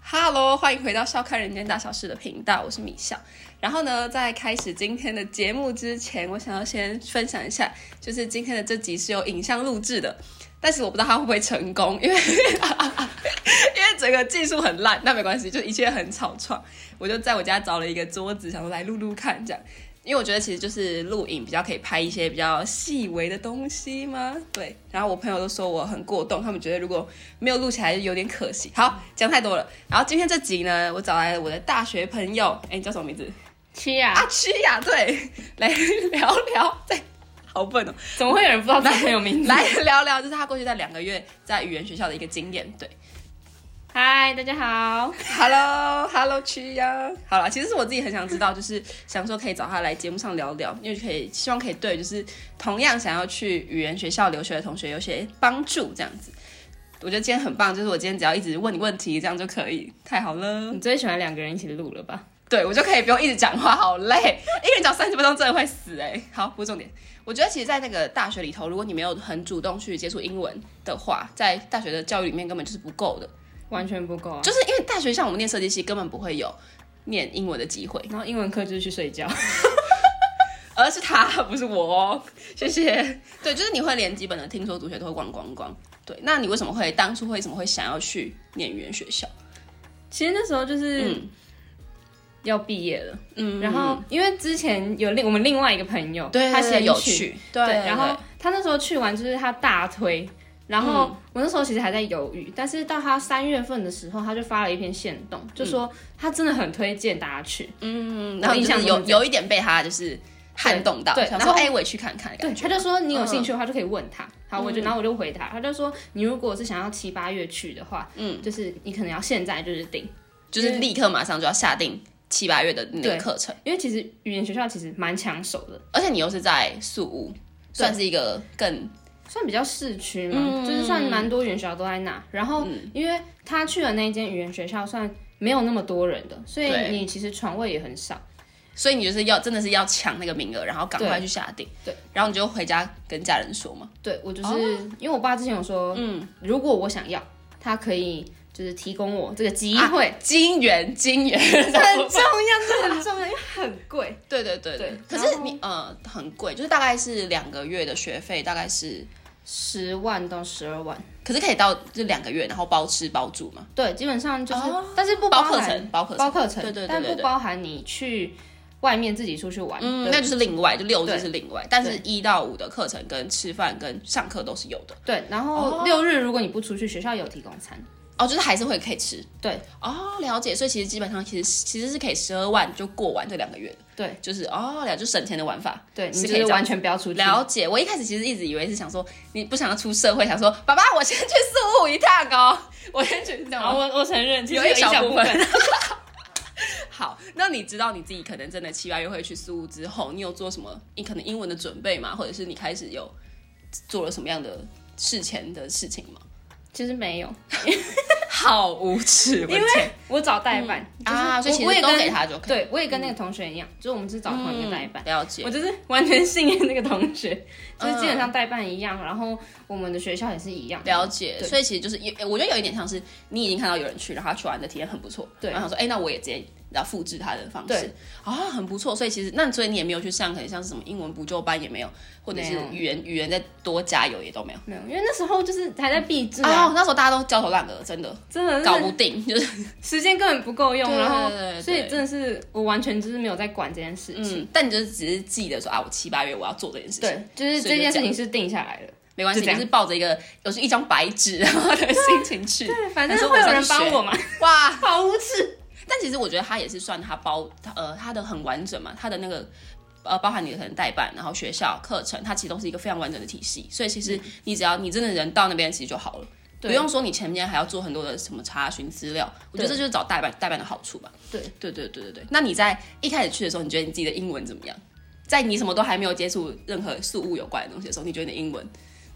哈喽，欢迎回到《笑看人间大小事》的频道，我是米笑。然后呢，在开始今天的节目之前，我想要先分享一下，就是今天的这集是有影像录制的，但是我不知道它会不会成功，因为 因为整个技术很烂，那没关系，就一切很草创。我就在我家找了一个桌子，想说来录录看这样。因为我觉得其实就是录影比较可以拍一些比较细微的东西嘛，对。然后我朋友都说我很过动，他们觉得如果没有录起来就有点可惜。好，讲太多了。然后今天这集呢，我找来了我的大学朋友，哎，你叫什么名字？七呀、啊，屈雅，对，来聊聊，对，好笨 哦，怎么会有人不知道这朋友 名字？来聊聊，就是他过去在两个月在语言学校的一个经验，对。嗨，大家好， Hello，Hello，曲呀。好了，其实是我自己很想知道，就是想说可以找他来节目上聊聊，因为可以希望可以对就是同样想要去语言学校留学的同学有些帮助，这样子。我觉得今天很棒，就是我今天只要一直问你问题，这样就可以，太好了你。最喜欢两个人一起录了吧？对我就可以不用一直讲话，好累，一个人讲三十分钟真的会死哎、好，不是重点。我觉得其实，在那个大学里头，如果你没有很主动去接触英文的话，在大学的教育里面根本就是不够的。完全不够啊！就是因为大学像我们念设计系，根本不会有念英文的机会，然后英文课就是去睡觉，而是他不是我哦，谢谢。对，就是你会连基本的听说读写都会忘光光。对，那你为什么会当初为什么会想要去念语言学校？ 其实那时候就是嗯要毕业了，嗯然后因为之前有另我们另外一个朋友，对，他对先有去，趣，对，对，然后他那时候去完就是他大推。然后嗯我那时候其实还在犹豫，但是到他三月份的时候，他就发了一篇线动，就说他真的很推荐大家去。嗯，然然后后印印象象有中是这样有一点被他就是撼动到，对对想然说后哎，我也去看看，对，感觉嗯他就说你有兴趣的话就可以问他。好，我就然后我就回他，他就说你如果是想要七八月去的话，嗯，就是你可能要现在就是订，就是立刻马上就要下定七八月的那个对课程，因为其实语言学校其实蛮抢手的，而且你又是在宿务，算是一个更算比较市区嘛，嗯就是算蛮多语言学校都在那。然后因为他去的那一间语言学校算没有那么多人的，所以对你其实床位也很少。所以你就是要真的是要抢那个名额，然后赶快去下定。对，然后你就回家跟家人说嘛。对我哦就是、因为我爸之前有说，嗯，如果我想要，他可以就是提供我这个 机会，啊金元，金元， 很重要，这很重要，因为很贵。对对对对可是你呃很贵，就是大概是两个月的学费，大概是，十万到十二万，可是可以到就两个月，然后包吃包住嘛，对，基本上就是，哦但是不包含课程，包课程，包课程，对对对但对不对包含你去外面自己出去玩，嗯，对那就是另外，就六日对是另外，但是一到五的课程跟吃饭跟上课都是有的。对。然后六日如果你不出去，学校有提供餐，哦，就是还是会可以吃对哦，了解。所以其实基本上其实其实是可以十二万就过完这两个月的，对就是哦了，就省钱的玩法。对，你是就可以是这样完全不要出去，了解，我一开始其实一直以为是想说，你不想要出社会，想说爸爸，我先去宿务一趟哦， 我先去这样好吗。我我承认，其实一有一小小部部分， 好，那你知道你自己可能真的七八月会去宿务之后，你有做什么？你可能英文的准备吗？或者是你开始有做了什么样的事前的事情吗？ 其实没有，好无耻， 因因为我找代办就是啊，所以其我我实也都跟给他就可以。对，我也跟那个同学一样，就是我们是找同一个代办。了解我。就是完全信任那个同学，就是嗯基本上代办一样，然后我们的学校也是一样，了解，对所以其实就是有，我觉得有一点像是你已经看到有人去，然后他去玩的体验很不错，对然后想说，哎、那我也直接然后复制他的方式对，啊、很不错。所以其实那所以你也没有去上，可能像是什么英文补救班也没有，或者是没有语言语言再多加油也都没有。没有，因为那时候就是还在闭制啊，啊、那时候大家都焦头烂额，真 的真的是搞不定，就是时间根本不够用，对然后对对对所以真的是我完全就是没有在管这件事情。嗯，但你就是只是记得说啊，我七八月我要做这件事情，对，就是所以就这件事这样情是定下来了。没关系，就你这就样是抱着一个有时一张白纸然后的心情去，对，反正正会会有有人人帮帮我我嘛。哇， 好无耻！但其实我觉得他也是算他包呃他的很完整嘛，他的那个呃包含你的可能代办，然后学校课程，它其实都是一个非常完整的体系。所以其实你只要你真的人到那边，其实就好了。不嗯对用说你前面还要做很多的什么查询资料，我觉得这就是找代办代办的好处吧。对对对对对对。那你在一开始去的时候，你觉得你自己的英文怎么样？在你什么都还没有接触任何事物有关的东西的时候，你觉得你的英文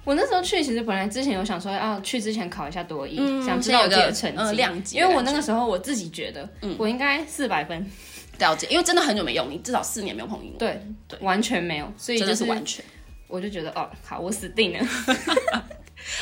我那时候去，其实本来之前有想说，啊，去之前考一下多一，想知道嗯有一我自己个的成绩。呃量级的感觉？因为我那个时候我自己觉得，嗯我应该四百分，了解，因为真的很久没用，你至少四年没有碰英文，对对，完全没有，所以真就的是完全。我就觉得，哦，好，我死定了。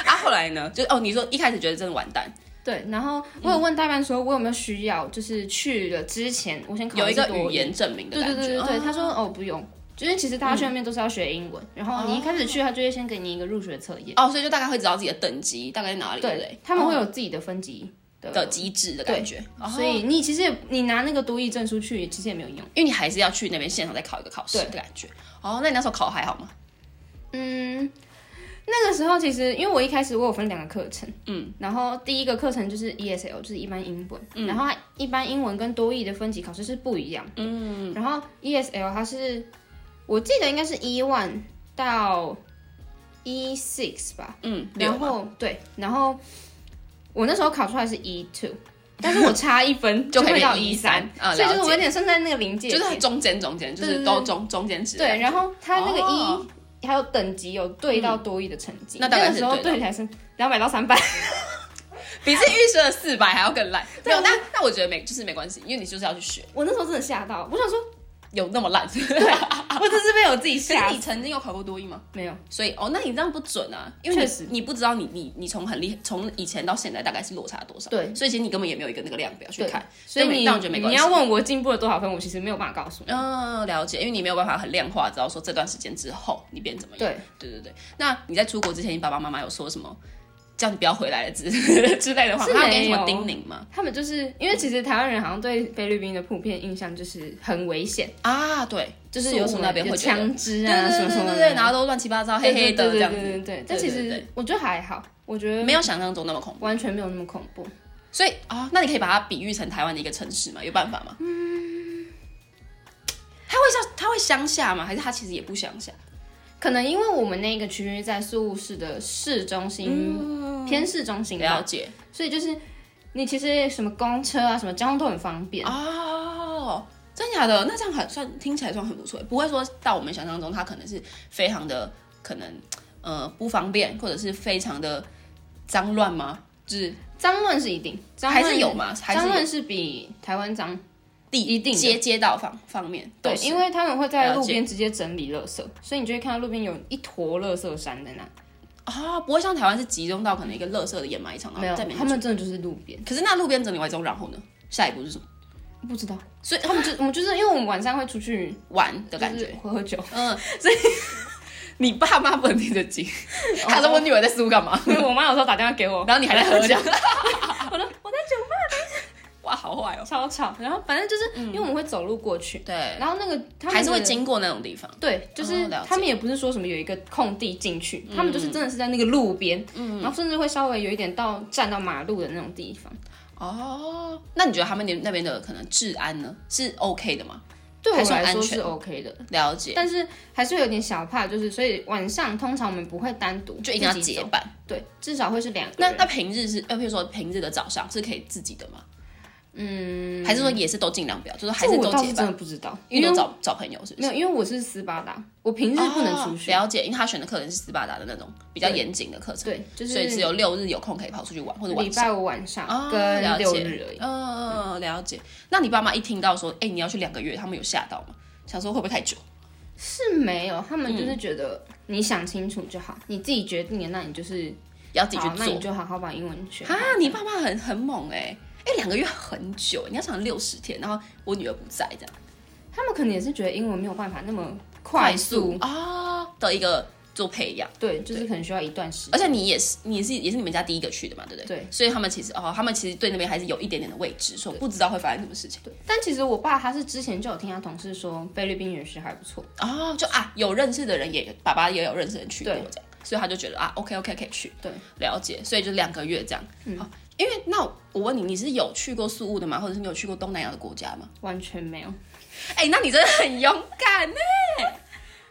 啊，后来呢？就哦，你说一开始觉得真的完蛋，对，然后我有问代办说，我有没有需要，就是去了之前，我先考有一次个多语言证明的对感对觉。对对对，哦他说哦不嗯用，因为其实大家去那边都是要学英文，然后你一开始去，他就会先给你一个入学测验，哦，所以就大概会知道自己的等级大概在哪里，对不对？他们会哦有自己的分级的，的机制的感觉，哦所以你其实也你拿那个多译证书去，其实也没有用。因为你还是要去那边现场再考一个考试的感觉。哦，那你那时候考得还好吗？嗯，那个时候其实因为我一开始我有分两个课程，嗯，然后第一个课程就是 ESL，就是一般英文，然后它一般英文跟多译的分级考试是不一样的，嗯，然后 ESL 它是我记得应该是一万到一 six 吧，嗯，然六吗后对，然后我那时候考出来是一 two，但是我差一 分就可以会到变一13三，啊所以就是了我解有点剩在那个临界就点，是中间中间，就对是对都中中间值的感对，觉。然后他那个一、哦还有等级有对到多一的成绩，那大概个是时候对到对起来是两百到三百，比自己预设的四百还要更烂。没对有，那那我觉得没，就是没关系，因为你就是要去学，我那时候真的吓到，我想说，有那么烂。对， 我真是被我自己可吓是 你，曾经有考过多一吗？没有，所以哦，那你这样不准啊，因为确你实你不知道你你你从很厉从以前到现在大概是落差多少，对所以其实你根本也没有一个那个量表去对看，所以但我你但我觉得没关你系要问我进步了多少分，我其实没有办法告诉你。嗯、了解，因为你没有办法很量化，知道说这段时间之后你变怎么样，对，对对对。那你在出国之前，你爸爸妈妈有说什么叫你不要回来了之 之类的话，是他有给你没什么有叮咛吗？他们就是因为其实台湾人好像对菲律宾的普遍印象就是很危险，啊，对，就是有什么那边有会觉得枪支对啊对什么对什对么的，对对，然后都乱七八啊糟黑黑的这对对样对对子，对对。但其对对实对我觉得还好，我觉得没有想象中那么恐怖。完全没有那么恐怖。所以啊、那你可以把它比喻成台湾的一个城市吗？有办法吗？嗯，他会像他会乡下吗？还是他其实也不乡下？可能因为我们那个区域在宿务市的市中心，嗯偏市中心了吧，解所以就是你其实什么公车啊，什么交通都很方便。啊哦，真假的？那这样很算听起来算很不错，不会说到我们想象中，他可能是非常的可能呃不方便，或者是非常的脏乱吗？就是脏乱是一定，脏还乱是有嘛？还脏是有乱是比台湾脏，地一定的街街道方方面对，因为他们会在了路解边直接整理垃圾，所以你就会看到路边有一坨垃圾山在那，啊、不会像台湾是集中到可能一个垃圾的掩埋场，然没有后哦在，面他们真的就是路边，可是那路边整理完之后，然后呢？下一步是什么？不知道，所以他们就我们就是因为我们晚上会出去玩的感就是觉。会喝酒，嗯，所以你爸妈不能听得进。哦他说我女儿在苏干嘛？ 因为我妈有时候打电话给我，然后你还在喝这样， 我说我在哇，好坏哦。吵吵，然后反正就是因为我们会走路过去，对，然后那个他嗯们还是会的经过那种地方。对，就是哦了解嗯他们也不是说什么有一个空地进去，他们就是真的是在那个路边，然后甚至会稍微有一点到站到马路的那种地方。哦，那你觉得他们那那边的可能治安呢是 OK 的吗？对我还算来安说全是 OK 的，了解，但是还是有点小怕，就是所以晚上通常我们不会单独就一定要自己结走，伴。对，至少会是两个那人。那平日是，呃，譬如说平日的早上是可以自己的吗？嗯，还是说也是都尽量不要，就是还是这都我倒结是真伴，的不知道，因因为都为找找朋友是不没是？有，因为我是斯巴达，我平日不能出去，哦了解，因为他选的课程是斯巴达的那种比较严谨的课程，对，就所以只是有六日有空可以跑出去玩或者晚礼上。拜五晚上哦跟了解六日而已。嗯，了解。那你爸妈一听到说，哎、你要去两个月，他们有吓到吗？想说会不会太久？是没有，他们嗯就是觉得你想清楚就好，你自己决定的，那你就是要自己去好那你做就好好把英文学好。啊？你爸妈很很猛哎、哎、两个月很久，欸你要想六十天，然后我女儿不在这样，他们可能也是觉得英文没有办法那么速，哦啊的一个做培养，对，就是可能需要一段时间。而且你也是你也是也是你们家第一个去的嘛，对不对？对，所以他们其实哦，他们其实对那边还是有一点点的未知，说不知道会发生什么事情对，但其实我爸他是之前就有听他同事说菲律宾语是还不错，哦，就啊有认识的人也爸爸也有认识的人去过对这样，所以他就觉得啊 OK OK 可以去，对，了解，所以就两个月这样。嗯，因为那我问你，你是有去过宿务的吗？或者是你有去过东南亚的国家吗？完全没有。哎、那你真的很勇敢呢、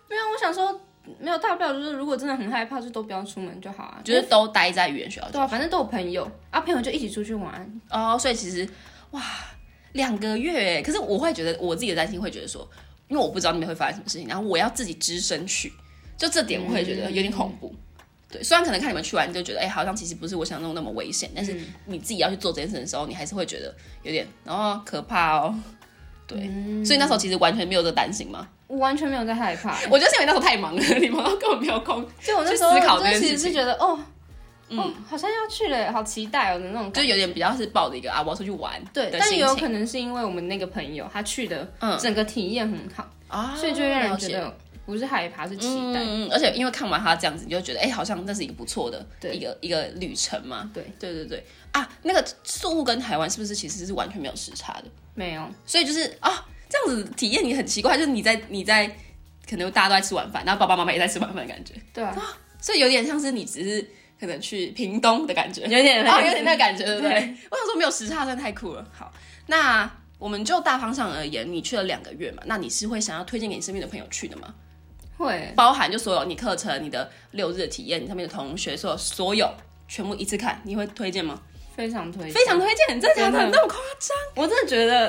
没有，我想说没有大不了就是如果真的很害怕，就都不要出门就好啊。 就是都待在语言学校就对啊，反正都有朋友啊，朋友就一起出去玩。哦，所以其实哇，两个月，可是我会觉得我自己的担心会觉得说，因为我不知道那边会发生什么事情，然后我要自己只身去，就这点我会觉得有点恐怖。对，虽然可能看你们去完就觉得，哎、好像其实不是我想象中那么危险，但是你自己要去做这件事的时候，你还是会觉得有点，哦、可怕哦。对，所以那时候其实完全没有这个担心嘛。我完全没有在害怕、欸我觉得是因为那时候太忙了，你们根本没有空。就我那去时候思考真这的件其实事情嗯是觉得哦，哦，好像要去了，好期待哦的那种感觉。就有点比较是抱着一个啊，我要出去玩对，的但也心有情可能是因为我们那个朋友他去的嗯，整个体验很好，啊所以就会让人觉了解得不是害怕，是期待。嗯，而且因为看完他这样子，你就觉得哎、好像那是一个不错的对一个一个旅程嘛。对对对对啊，那个宿务跟台湾是不是其实是完全没有时差的？没有，所以就是啊，这样子体验你很奇怪，就是你在你在可能大家都在吃晚饭，然后爸爸妈妈也在吃晚饭的感觉，对啊，所以有点像是你只是可能去屏东的感觉， 有点哦，有点那个感觉，对不对？对我想说没有时差真的太酷了。好，那我们就大方向而言，你去了两个月嘛，那你是会想要推荐给你身边的朋友去的吗？会，包含就所有你课程、你的六日的体验、你上面的同学，所有所有全部一次看，你会推荐吗？非常推荐，非常推荐，真的假的？真的那么夸我真的觉得，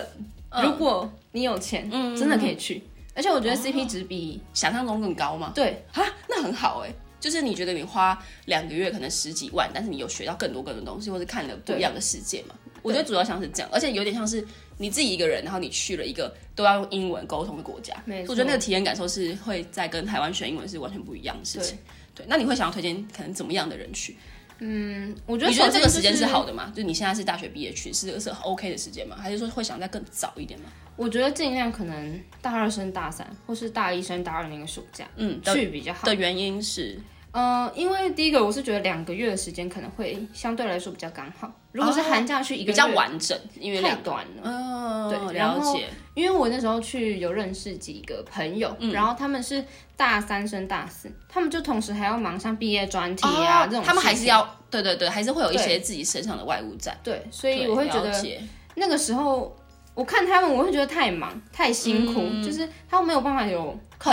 嗯如果你有钱，嗯哦真的可以去。而且我觉得 CP 值比、想象中更高吗？对啊，那很好哎、就是你觉得你花两个月可能十几万，但是你有学到更多更多东西，或是看了不一样的世界嘛？我觉得主要像是这样，而且有点像是你自己一个人，然后你去了一个都要用英文沟通的国家，没所错以我觉得那个体验感受是会在跟台湾学英文是完全不一样的事情。对，那你会想要推荐可能怎么样的人去？嗯，我觉得你觉得首先这个时间是就是好的吗？就你现在是大学毕业去，是是 OK 的时间吗？还是说会想再更早一点吗？我觉得尽量可能大二升大三，或是大一升大二那个暑假嗯，的去比较好。的原因是嗯、因为第一个我是觉得两个月的时间可能会相对来说比较刚好，如果是寒假去一哦比个月较完整，因为太两短了。嗯，对然了后解，因为我那时候去有认识几个朋友，嗯然后他们是大三升大四，他们就同时还要忙上毕业专题啊、哦这种事情，他们还是要对对对，还是会有一对些自己身上的外物在，对，所以我会觉对了得解那个时候我看他们，我会觉得太忙太辛苦，就是他们没有办法有空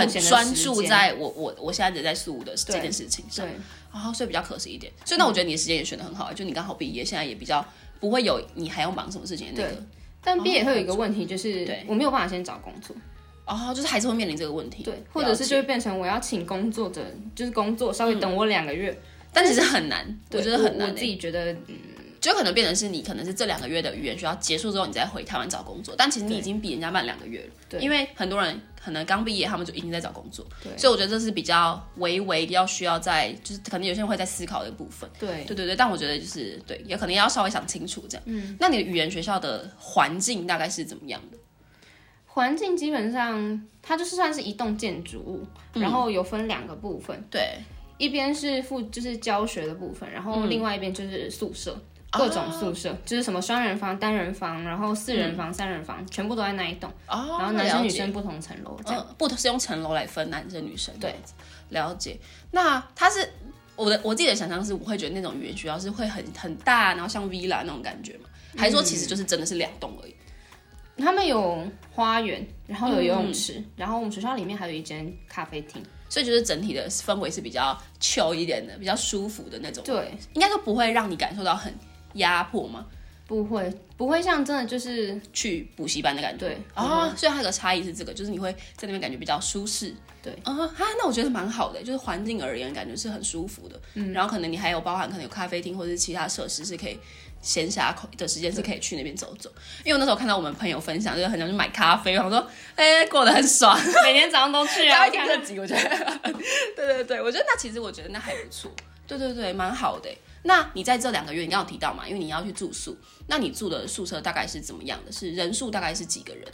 嗯很闲的专时注间在我我我现在在在宿务的这对件事情上，对嗯然后所以比较可惜一点。所以那我觉得你的时间也选的很好，就你刚好毕业，现在也比较不会有你还要忙什么事情的那个。但毕业会有一个问题，就是哦对我没有办法先找工作，哦，就是还是会面临这个问题，对，或者是了解就会变成我要请工作者，就是工作稍微等我两个月，但其实很难，我对觉得很难我欸自己觉得就可能变成是你可能是这两个月的语言学校结束之后，你再回台湾找工作，但其实你已经比人家慢两个月了。对因为很多人可能刚毕业，他们就已经在找工作，对所以我觉得这是比较微微要需要在，就是可能有些人会在思考的部分。对，对对对，但我觉得就是对，也可能要稍微想清楚这样。嗯，那你的语言学校的环境大概是怎么样的？环境基本上它就是算是一栋建筑物，嗯然后有分两个部分，对，一边是附就是教学的部分，然嗯后另外一边就是宿舍。啊各种宿舍、就是什么双人房、单人房，然后四人房、三人房，全部都在那一栋，嗯哦，然后男生了女解生不同层楼这样。嗯，不是用层楼来分男生女生，这对样子，了解。那他是我的我自己的想象是，我会觉得那种语言学校是会很很大，然后像 villa 那种感觉嘛，还是说其实就是真的是两栋而已？他们有花园，然后有游嗯泳池，然后我们学校里面还有一间咖啡厅。所以就是整体的氛围是比较 chill 一点的，比较舒服的那种，对，应该说不会让你感受到很压迫嘛，不会不会像真的就是去补习班的感觉。对啊、所以它有个差异是这个，就是你会在那边感觉比较舒适。对，啊、哈，那我觉得蛮好的，就是环境而言，感觉是很舒服的。嗯，然后可能你还有包含可能有咖啡厅或者是其他设施是可以。闲暇的时间是可以去那边走走，因为我那时候看到我们朋友分享，就是很想去买咖啡，我想说，哎、过得很爽， 每天早上都去大啊家会，听这集，我觉得， 对对对，我觉得那其实我觉得那还不错，对对对，蛮好的欸。那你在这两个月，你刚刚有提到嘛，因为你要去住宿，那你住的宿舍大概是怎么样的？是人数大概是几个人？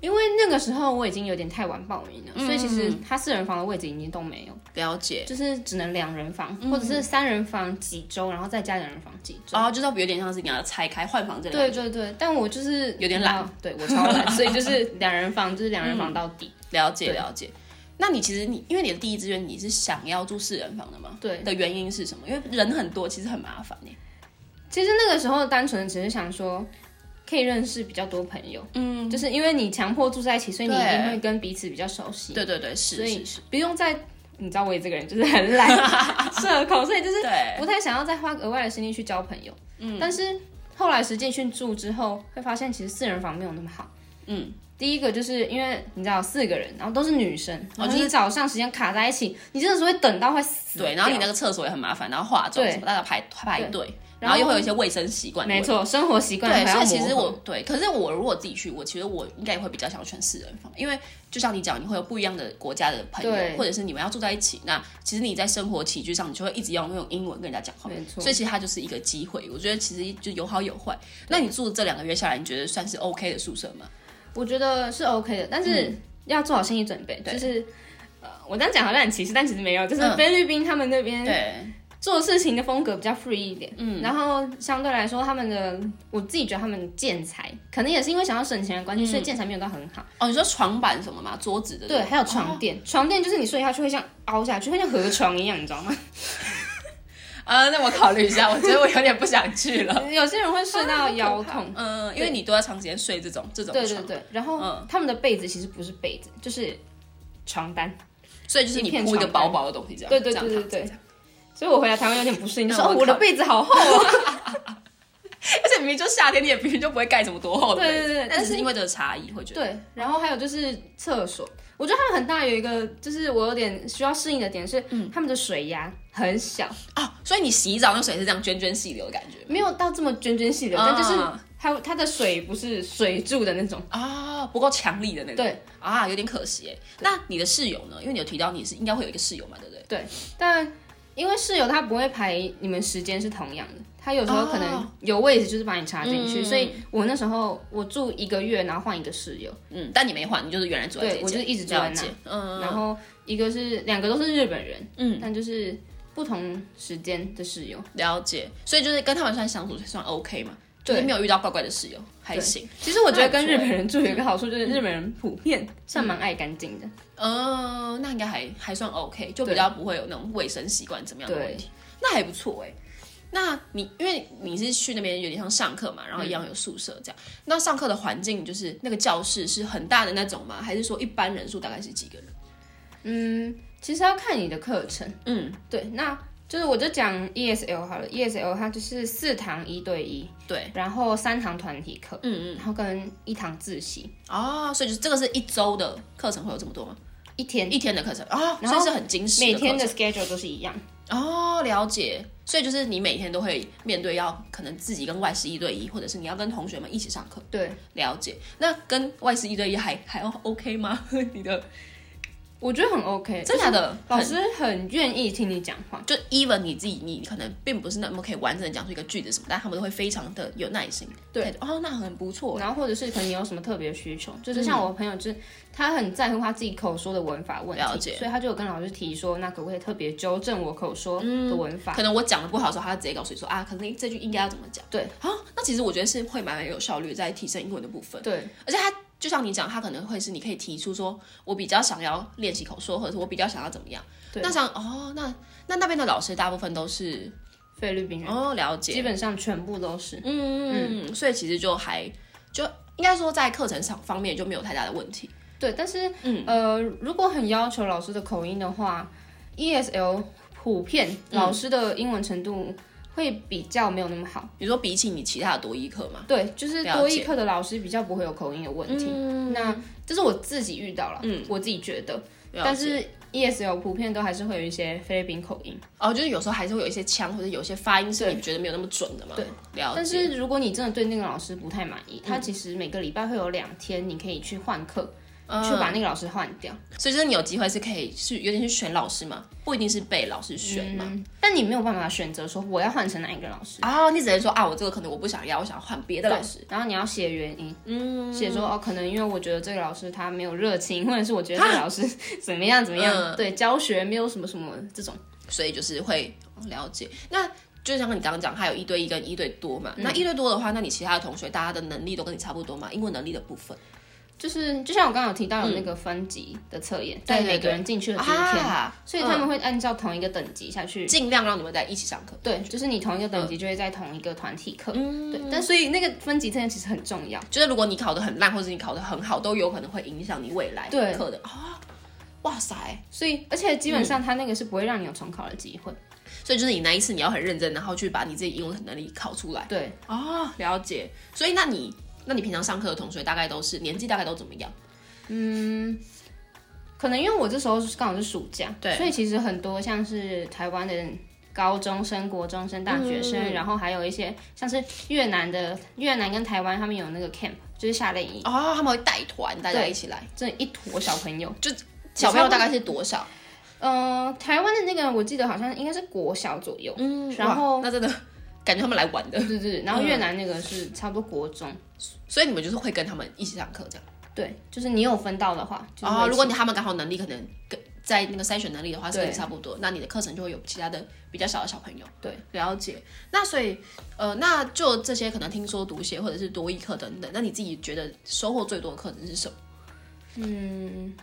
因为那个时候我已经有点太晚报名了，所以其实他四人房的位置已经都没有，了解，就是只能两人房、或者是三人房几周，然后再加两人房几周。然哦后就是有点像是你要拆开换房这种，哦对对对，但我就是啊有点懒，对我超懒，所以就是两人房就是两人房到底。了解对了解。那你其实你因为你的第一志愿你是想要住四人房的吗？ 对的原因是什么？因为人很多，其实很麻烦欸耶。其实那个时候单纯只是想说，可以认识比较多朋友，嗯，就是因为你强迫住在一起，所以你一对定会跟彼此比较熟悉，对对对，是所以是是，不用再，你知道我也这个人就是很 懒社恐，所以就是对，不太想要再花额外的心力去交朋友，嗯，但是后来实际去住之后，会发现其实四人房没有那么好，嗯，第一个就是因为你知道四个人，然后都是女生，然哦后就是早上时间卡在一起，你真的是会等到会死掉。对，然后你那个厕所也很麻烦，然后化妆对什么，大家排排队，然然后后又会有一些卫生习惯的没问题。错，生活习惯对，还所以要其实磨合我对，可是我如果自己去，我其实我应该也会比较想要选四人房，因为就像你讲，你会有不一样的国家的朋友，对或者是你们要住在一起，那其实你在生活起居上，你就会一直要用英文跟人家讲话，没错所以其实它就是一个机会，我觉得其实就有好有坏。那你住这两个月下来，你觉得算是 OK 的宿舍吗？我觉得是 OK 的，但是要做好心理准备，就是。呃，我这样讲好像很歧视，但其实没有，就是嗯菲律宾他们那边对，做事情的风格比较 free 一点，嗯，然后相对来说，他们的我自己觉得他们的建材，可能也是因为想要省钱的关系，所以建材没有到很好。哦，你说床板什么吗？桌子的嗯对，还有哦床垫，床垫就是你睡下去会像凹下去，会像河床一样，你知 道吗？啊，那我考虑一下，我觉得我有点不想去 了。有些人会睡到腰 痛。嗯，因为你都要长时间睡这种这种对对床，对，然后他们的被子其实不是被子，就是床单。所以就是你一片铺一个床单薄薄的东西这样，对对这样对对躺着对。所以我回来台湾有点不适应，就那说我哦，我的考被子好厚啊。而且明明就夏天，你也明明就不会盖什么多厚的被子，对对对但但是是因为这个差异会觉得，对，然后还有就是厕所，我觉得他们很大有一个就是我有点需要适应的点是，嗯他们的水压很小，啊，所以你洗澡用水是这样涓涓细流的感觉没有到这么涓涓细流，啊但就是还有它的水不是水柱的那种。啊，不够强力的那种，对啊，有点可惜哎。那你的室友呢？因为你有提到你是应该会有一个室友嘛，对不对？对，但因为室友他不会排你们时间是同样的，他有时候可能有位置就是把你插进去，哦嗯所以我那时候我住一个月，然后换一个室友，嗯，但你没换，你就是原来住在这对我间就一直住在那了解嗯，然后一个是两个都是日本人，嗯，但就是不同时间的室友。了解。所以就是跟他们算相处算 OK 嘛，就对是没有遇到怪怪的室友，还对行。其实我觉得跟那还日不错本人住有一个好处，就是日本人普遍算蛮爱干净的。嗯、那应该还还算 OK，就比对较不会有那种卫生习惯怎么样的问题，那还不错哎、那你因为你是去那边有点像上课嘛，然后一样有宿舍这样。那上课的环境就是那个教室是很大的那种吗？还是说一般人数大概是几个人？嗯，其实要看你的课程。嗯，对，那就是我就讲 ESL 好了，ESL 它就是四堂一对一，对，然后三堂团体课，嗯嗯，然后跟一堂自习，哦，所以就是这个是一周的课程会有这么多吗？一天一天的课程哦，然后所以是很精实每天的的 schedule 都是一样。课程哦，了解。所以就是你每天都会面对要可能自己跟外师一对一，或者是你要跟同学们一起上课。对，了解，那跟外师一对一还还 OK 吗？ 你的我觉得很 OK，真假的老很师很愿意听你讲话。就 even 你自己，你可能并不是那么可以完整的讲出一个句子什么，但他们都会非常的有耐心。对态度，哦，那很不错。然后或者是可能你有什么特别的需求，就是嗯像我朋友，就是他很在乎他自己口说的文法问了题解，所以他就有跟老师提说，那可不可以特别纠正我口说的文嗯法？可能我讲的不好的时候，他直接告诉你说啊，可能这句应该要怎么讲。对，啊，那其实我觉得是会蛮有效率在提升英文的部分，对而且他就像你讲，他可能会是你可以提出说，我比较想要练习口说，或者是我比较想要怎么样。对那像哦，那那那边的老师大部分都是菲律宾人、哦了解，基本上全部都是。嗯，嗯，所以其实就还就应该说在课程上方面就没有太大的问题。对，但是、嗯呃，如果很要求老师的口音的话，ESL 普遍嗯老师的英文程度会比较没有那么好。你说比起你其他的多一课嘛，对，就是了多益解嗯课的老师比较不会有口音的问题。那这是我自己遇到了，嗯，我自己觉得，了解但啊是 ESL 普遍都还是会有一些菲律宾口音。哦，就是有时候还是会有一些腔或者有些发音是你觉得没有那么准的嘛。对，了解。嗯但是如果你真的对那个老师不太满意，他其实每个礼拜会有两天你可以去换课，嗯去把那个老师换掉。所以就是你有机会是可以是有点去选老师嘛，不一定是被老师选嘛。嗯，但你没有办法选择说我要换成哪一个老师。啊、你只能说啊，我这个可能我不想要，我想要换别的老师。对，然后你要写原因，嗯，写说哦，可能因为我觉得这个老师他没有热情， 或者是我觉得这个老师怎么样怎么样，嗯对，教学没有什么什么这种。所以就是会哦了解。那就像你刚刚讲，还有一对一跟一对多嘛。嗯那一对多的话，那你其他的同学大家的能力都跟你差不多嘛？英文能力的部分。就是就像我刚刚有提到有那个分级的测验，嗯对在对每个人进去的第一天，啊所以他们会按照同一个等级下去。尽量让你们在一起上课。对，就是嗯你同一个等级就会在同一个团体课，对。但所以那个分级测验其实很重要，就是如果你考得很烂，或者你考得很好，都有可能会影响你未来对课的啊、哇塞！所以而且基本上他那个是不会让你有重考的机会，所以就是你那一次你要很认真，然后去把你自己英文能力考出来对。哦。了解。所以那你那你平常上课的同学大概都是年纪大概都怎么样？可能因为我这时候是刚好是暑假，对所以其实很多像是台湾的高中生、国中生、大学生，然后还有一些像是越南的越南跟台湾，他们有那个 camp，就是夏令营，哦，他们会带团，大家对一起来。这一坨小朋友。小朋友大概是多少？呃，台湾的那个我记得好像应该是国小左右，嗯，然后哇那真的感觉他们来玩的，对对对，然后越南那个是差不多国中，所以你们就是会跟他们一起上课这样。对，就是你有分到的话，就是会哦，如果一你起他们刚好能力可能跟在那个筛选能力的话是对跟你差不多，那你的课程就会有其他的比较小的小朋友。对，了解。那所以呃，那就这些可能听说读写或者是多义课等等，那你自己觉得收获最多的课程是什么？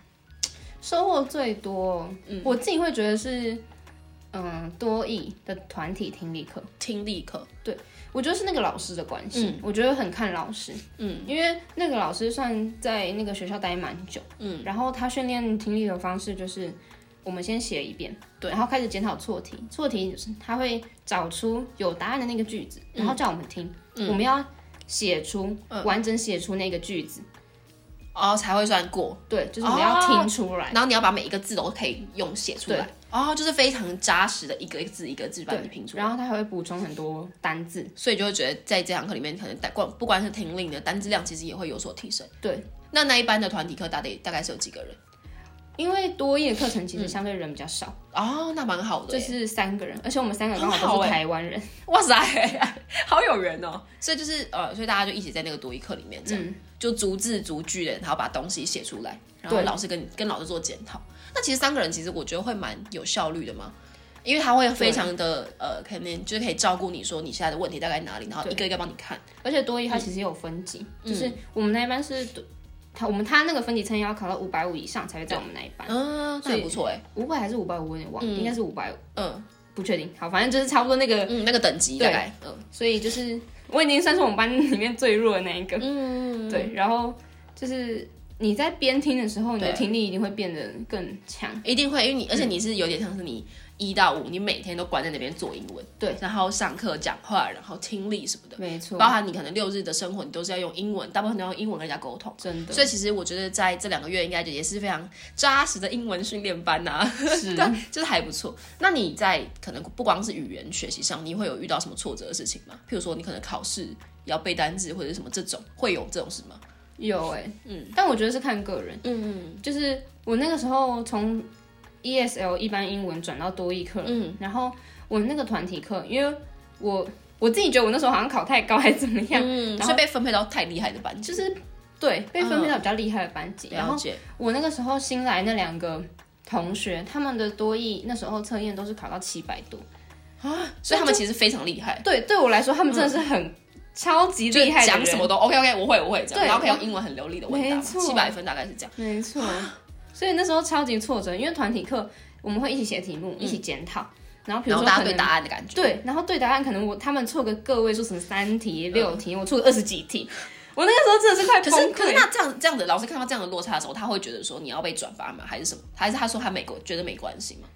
收获最多，嗯我自己会觉得是，嗯、多义的团体听力课，听力课。我觉得是那个老师的关系，嗯我觉得很看老师，嗯，因为那个老师算在那个学校待蛮久，嗯，然后他训练听力的方式就是，我们先写一遍，对，然后开始检讨错题，错题就是他会找出有答案的那个句子，嗯然后叫我们听，我们要写出、完整写出那个句子，哦，才会算过，对，就是哦我们要听出来，然后你要把每一个字都可以用写出来，哦，就是非常扎实的一个字一个字把对你拼出来，然后他还会补充很多单字，所以就会觉得在这堂课里面，可能单光不管是听力，你的单字量其实也会有所提升。对，那那一般的团体课大概大概是有几个人？因为多义的课程其实相对人比较少，哦，那蛮好的耶，就是三个人，而且我们三个刚很好好都欸是台湾人，哇塞， 好有人哦！所以就是呃，所以大家就一起在那个多一课里面这嗯样，就逐字逐句的，然后把东西写出来，然后对老师跟你跟老师做检讨。那其实三个人其实我觉得会蛮有效率的嘛，因为他会非常的呃，可能就是可以照顾你说你现在的问题大概哪里，然后一个一个帮你看。而且多一它其实也有分级，就是我们那一班是多，他我们他那个分级称要考到五百五以上才会在我们那一班，嗯，那所以很不错哎。五百还是五百五我有点忘，了，应该是五百五，嗯不确定。好，反正就是差不多那个，嗯，那个等级大概嗯。所以就是我已经算是我们班里面最弱的那一个，嗯，对。然后就是你在边听的时候，你的对听力一定会变得更强，一定会，因为嗯你而且你是有点像是你一到五，你每天都关在那边做英文，对，然后上课讲话，然后听力什么的，没错，包含你可能六日的生活，你都是要用英文，大部分都要用英文跟人家沟通。真的所以其实我觉得在这两个月应该也是非常扎实的英文训练班呐、是。对，就是还不错。那你在可能不光是语言学习上，你会有遇到什么挫折的事情吗？譬如说你可能考试也要背单字或者是什么这种，会有这种事吗？有哎、嗯，但我觉得是看个人，嗯嗯，就是我那个时候从 ESL 一般英文转到多益课，嗯，然后我那个团体课，因为我我自己觉得我那时候好像考太高还是怎么样，嗯，然后所以被分配到太厉害的班级，就是对被分配到比较厉害的班级，然了后解，我那个时候新来那两个同学，他们的多益那时候测验都是考到七百多，所以他们其实非常厉害。对，对我来说他们真的是很、超级嗯就是厉害的讲人什么都 OK OK，我会我会这样，对然后可以用英文很流利的问答，没错七百分大概是这样。没错， 所以那时候超级挫折，因为团体课我们会一起写题目，一起检讨，然后嗯比然如后说大家可对能答案的感觉，对，然后对答案可能我他们错个个位数，什么三题、六题，我错个二十几题，我那个时候真的是快可是崩嗯可是溃。那这样这样的老师看到这样的落差的时候，他会觉得说你要被转发吗？还是什么？还是他说他没关觉得没关系吗？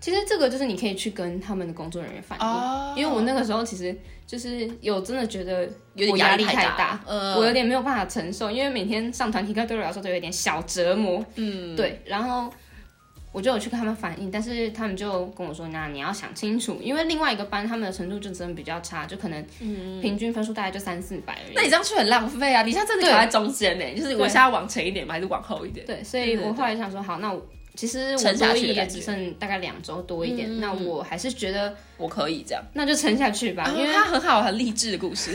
其实这个就是你可以去跟他们的工作人员反映，哦因为我那个时候其实就是有真的觉得有点我压力力太太大呃我有点没有办法承受，因为每天上团体课对我来说都有点小折磨。嗯，对，然后我就有去跟他们反映，但是他们就跟我说：“那你要想清楚，因为另外一个班他们的程度就真的比较差，就可能嗯平均分数大概就三四百而已。那你这样去很浪费啊！你现在真的对卡在中间呢，就是我对现在往前一点吗？还是往后一点？对，所以我后来想说，好，那我其实我沉下多去的一也感只觉嗯剩大概两周多一点，那我还是觉得我可以这样，啊那就撑下去吧，因因为为他很好，很励志的故 事，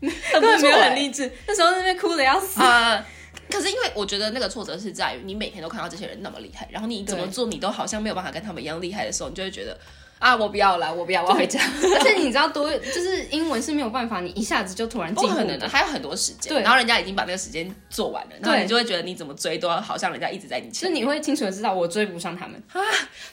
根根本没有很励志，那时候在那边哭的 要死。啊。可是因为我觉得那个挫折是在于你每天都看到这些人那么厉害，然后你怎么对做你都好像没有办法跟他们一样厉害的时候，你就会觉得啊，我不要了，我不要，我要回家。而且你知道多，就是英文是没有办法，你一下子就突然不进可步能的，啊的。还有很多时间。对然后人家已经把那个时间做完了，然后对你就会觉得你怎么追都好像人家一直在你就前是面，你会清楚的知道我追不上他们，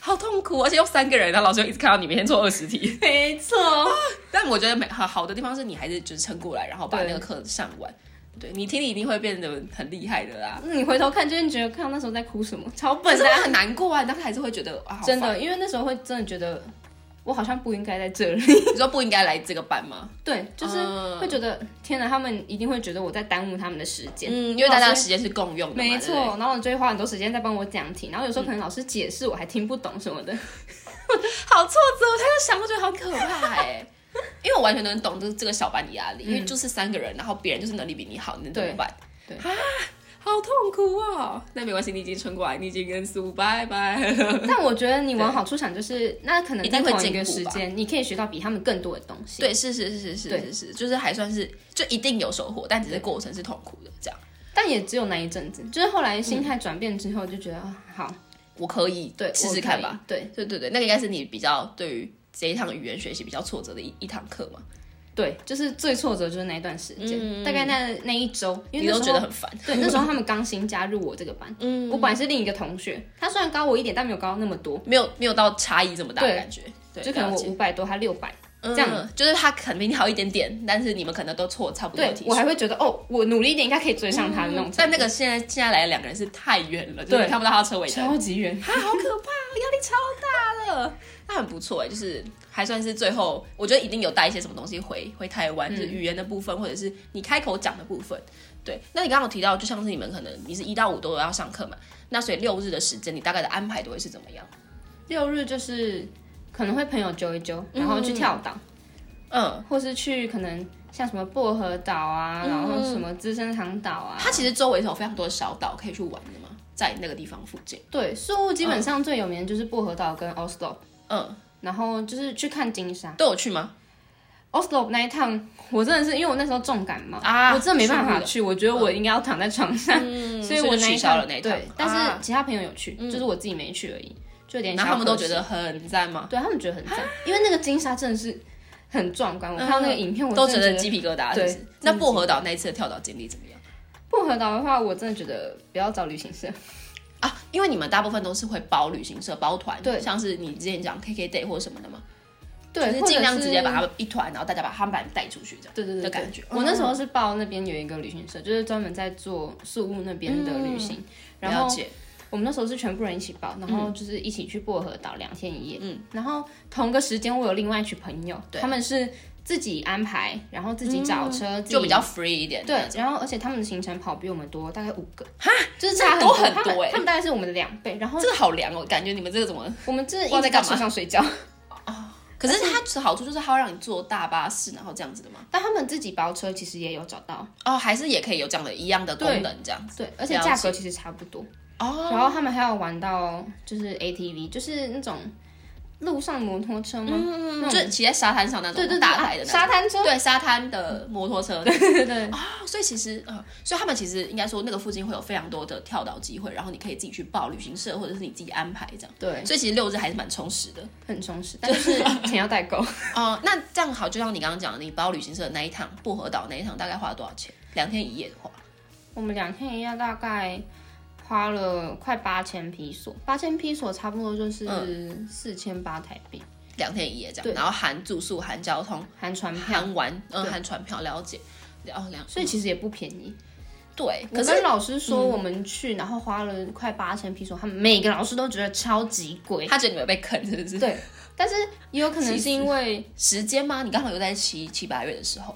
好痛苦，而且又三个人，然后老师又一直看到你每天做二十题。没错， 但我觉得每好好的地方是你还是就是撑过来，然后把对那个课上完。对你听力一定会变得很厉害的啦。嗯你回头看就会觉得，看那时候在哭什么，超本笨的来啊，很难过啊，但是还是会觉得啊，好真烦的，因为那时候会真的觉得，我好像不应该在这 里。你说不应该来这个班吗？对，就是嗯会觉得、天哪，他们一定会觉得我在耽误他们的时间。嗯，因为大家老的师时间是共用的嘛，对没不对错，然后你就会花很多时间在帮我讲题，然后有时候可能老师解释我还听不懂什么的。好挫折，我现在想我觉得好可怕哎、 因为我完全能懂这这个小班的压力，因为就是三个人，然后别人就是能力比你好，你能怎么办？对啊，好痛苦哦。那没关系，你已经撑过来，你已经跟苏拜拜了。 但我觉得你往好处想，就是那可能一在定会同一进个步时吧间，你可以学到比他们更多的东西。对，是是是是是是，就是还算是就一定有收获，但只是过程是痛苦的。这样但也只有那一阵子，就是后来心态转变之后，就觉得、啊好，我可以对，试我试可看以吧。。对对对对，那个应该是你比较对于这一堂语言学习比较挫折的一一堂课嘛，对，就是最挫折就是那一段时间，大概那那一周，因嗯你为那都时觉候得很烦。对，那时候他们刚新加入我这个班，嗯，我本来是另一个同学，他虽然高我一点，但没有高那么多， 没有没有到差异这么大的对感觉，对，就可能了我解五百多，他六百，这样嗯、就是他肯定好一点点，但是你们可能都错差不多对的题嗯我数。还会觉得哦，我努力一点应该可以追上他的那种程度、但那个现在现在来的两个人是太远了，就是对你看不到他的车尾灯，超级远，他好可怕，压力超大的。那很不错哎，就是还算是最后，我觉得一定有带一些什么东西回回台湾，嗯就是语言的部分，或者是你开口讲的部分。对，那你刚刚有提到，就像是你们可能你是一到五都有要上课嘛，那所以六日的时间，你大概的安排都会是怎么样？六日就是可能会朋友揪一揪，然后去跳岛，嗯，或是去可能像什么薄荷岛啊，然后什嗯么资生堂岛啊，它其实周围是有非常多的小岛可以去玩的嘛，在那个地方附近。对，宿务基本上最有名的就是薄荷岛跟 Oslo，嗯，然后就是啊去看金沙。都有去吗？ Oslo 那一趟，我真的是因为我那时候重感冒啊我真的没办法去去，我觉得我应该要躺在床上， 所以我嗯所以就那一取消了趟那一趟对，但啊是其他朋友有去，就是我自己没去而已，就有点小然后他们可都觉惜得很赞吗？对他们觉得很赞，因为那个金沙真的是很壮观。我看到那个影片，我嗯都真觉的得觉鸡皮疙瘩。是对不是真的那薄荷岛那一次的跳岛经历怎么样薄荷岛的话，我真的觉得不要找旅行社。啊？因为你们大部分都是会包旅行社、包团，对像是你之前讲 KK day 或什么的嘛，就对，或是者尽量直接把他们一团，然后大家把他们把你带出去这样。对对对的对感觉嗯我那时候是报那边有一个旅行社，就是专门在做宿务那边的旅行，然嗯了后解，我们那时候是全部人一起报，然嗯后就是一起去薄荷岛两天一夜。嗯，然后同个时间我有另外一群朋友，他们是自己安排，然后自己找车，自嗯己就比较 free 一点。对，，然后而且他们的行程跑比我们多大概五个，哈，就是这差样很多很他们多欸他们大概是我们的两倍，然后这个好凉哦，感觉你们这个怎么？我们这不知道一在直干嘛在床上睡觉， 可是它的好处就是它会让你坐大巴士，然后这样子的嘛。但他们自己包车其实也有找到，哦，还是也可以有这样的一样的功能这样子。对，而且了价解格其实差不多。哦，然后他们还有玩到就是 ATV，就是那种路上摩托车吗？嗯，那就种是骑在沙滩上那对种对对，大台的那啊种沙滩车，对沙滩的摩托车，对对对，啊所以其实呃，所以他们其实应该说那个附近会有非常多的跳岛机会，然后你可以自己去报旅行社或者是你自己安排这样。对，所以其实六日还是蛮充实的。很充实，但是钱要代购，哦、那这样好，就像你刚刚讲的，你包旅行社的那一趟薄荷岛那一趟大概花了多少钱？两天一夜的话，我们两天一夜大概。花了快八千披索，八千披索差不多就是四千八台币，两天一夜这样，对然后含住宿、含交通、含船票，含玩，嗯，对含船票，了解。哦，两所以其实也不便宜。对，我可跟是老师说我们去，然后花了快八千披索，他们每个老师都觉得超级贵。他觉得你们被坑是不是？对，但是也有可能是因为，时间吗？你刚好又在七七八月的时候，